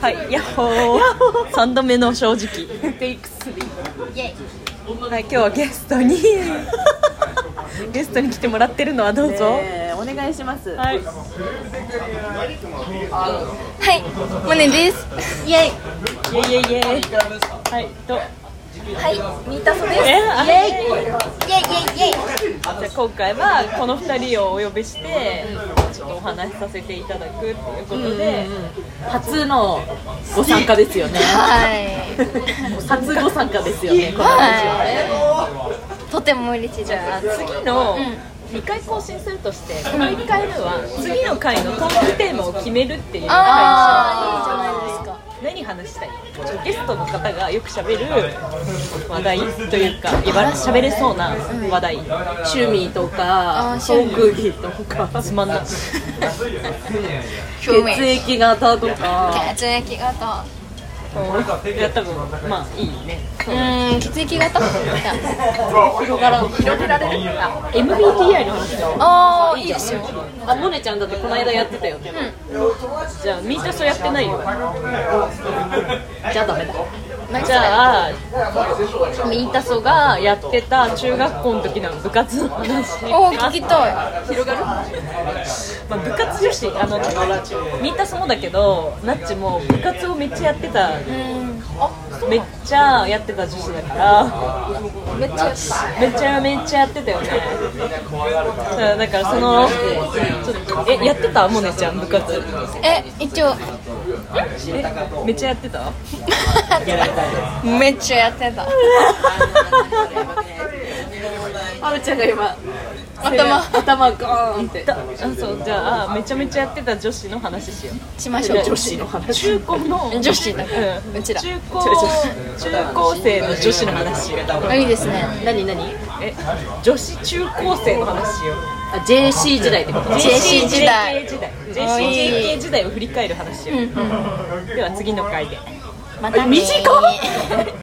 はい、ヤッホー3度目の正直テイク3イエイはい今日はゲストに ゲストに来てもらってるのはどうぞ、えーお願いしますははいはいモネですイエイいえいえいえはいとはいミータソですイえあれじエイイエイイエイゃあ今回はこの2人をお呼びしてちょっとお話しさせていただくということで初のご参加ですよ ねはい初ご参加ですよねこのラジオはいとても嬉しいですじゃあ次のうん2回更新するとしてこの1回目は次の回のトークテーマを決めるっていうああいいじゃないですか何話したいゲストの方がよくしゃべる話題というかいばらしゃべれそうな話題趣味とあかー趣味特技とかつまんな血液型と か血液型いや多分まあいいねうーん血液型広がらん広げられる MBTI の話だ ああいいですよあモネちゃんだってこの間やってたよねじゃあミートソーやってないよじゃあダメだじゃあミータソがやってた中学校の時の部活の話おお聞きたい広がるまあ、部活女子あのミータソもだけどナッチも部活をめっちゃやってたうんめっちゃやってた女子だからめっちゃめちゃめちゃやってたよねそうだからそのちょっとえやってたモネちゃん部活え一応めっちゃやってた めっちゃやって たあるちゃんが今頭頭ガーンってだあそうじゃあめちゃめちゃやってた女子の話しようしましょう女子の話中高の女子だうんうちら中高中高生の女子の話しようあいいですね何何え女子中高生の話しようあ JC 時代ってこと JC 時 JK 代時代おい JCJK 時代を振り返る話しようでは次の回でまたね短っ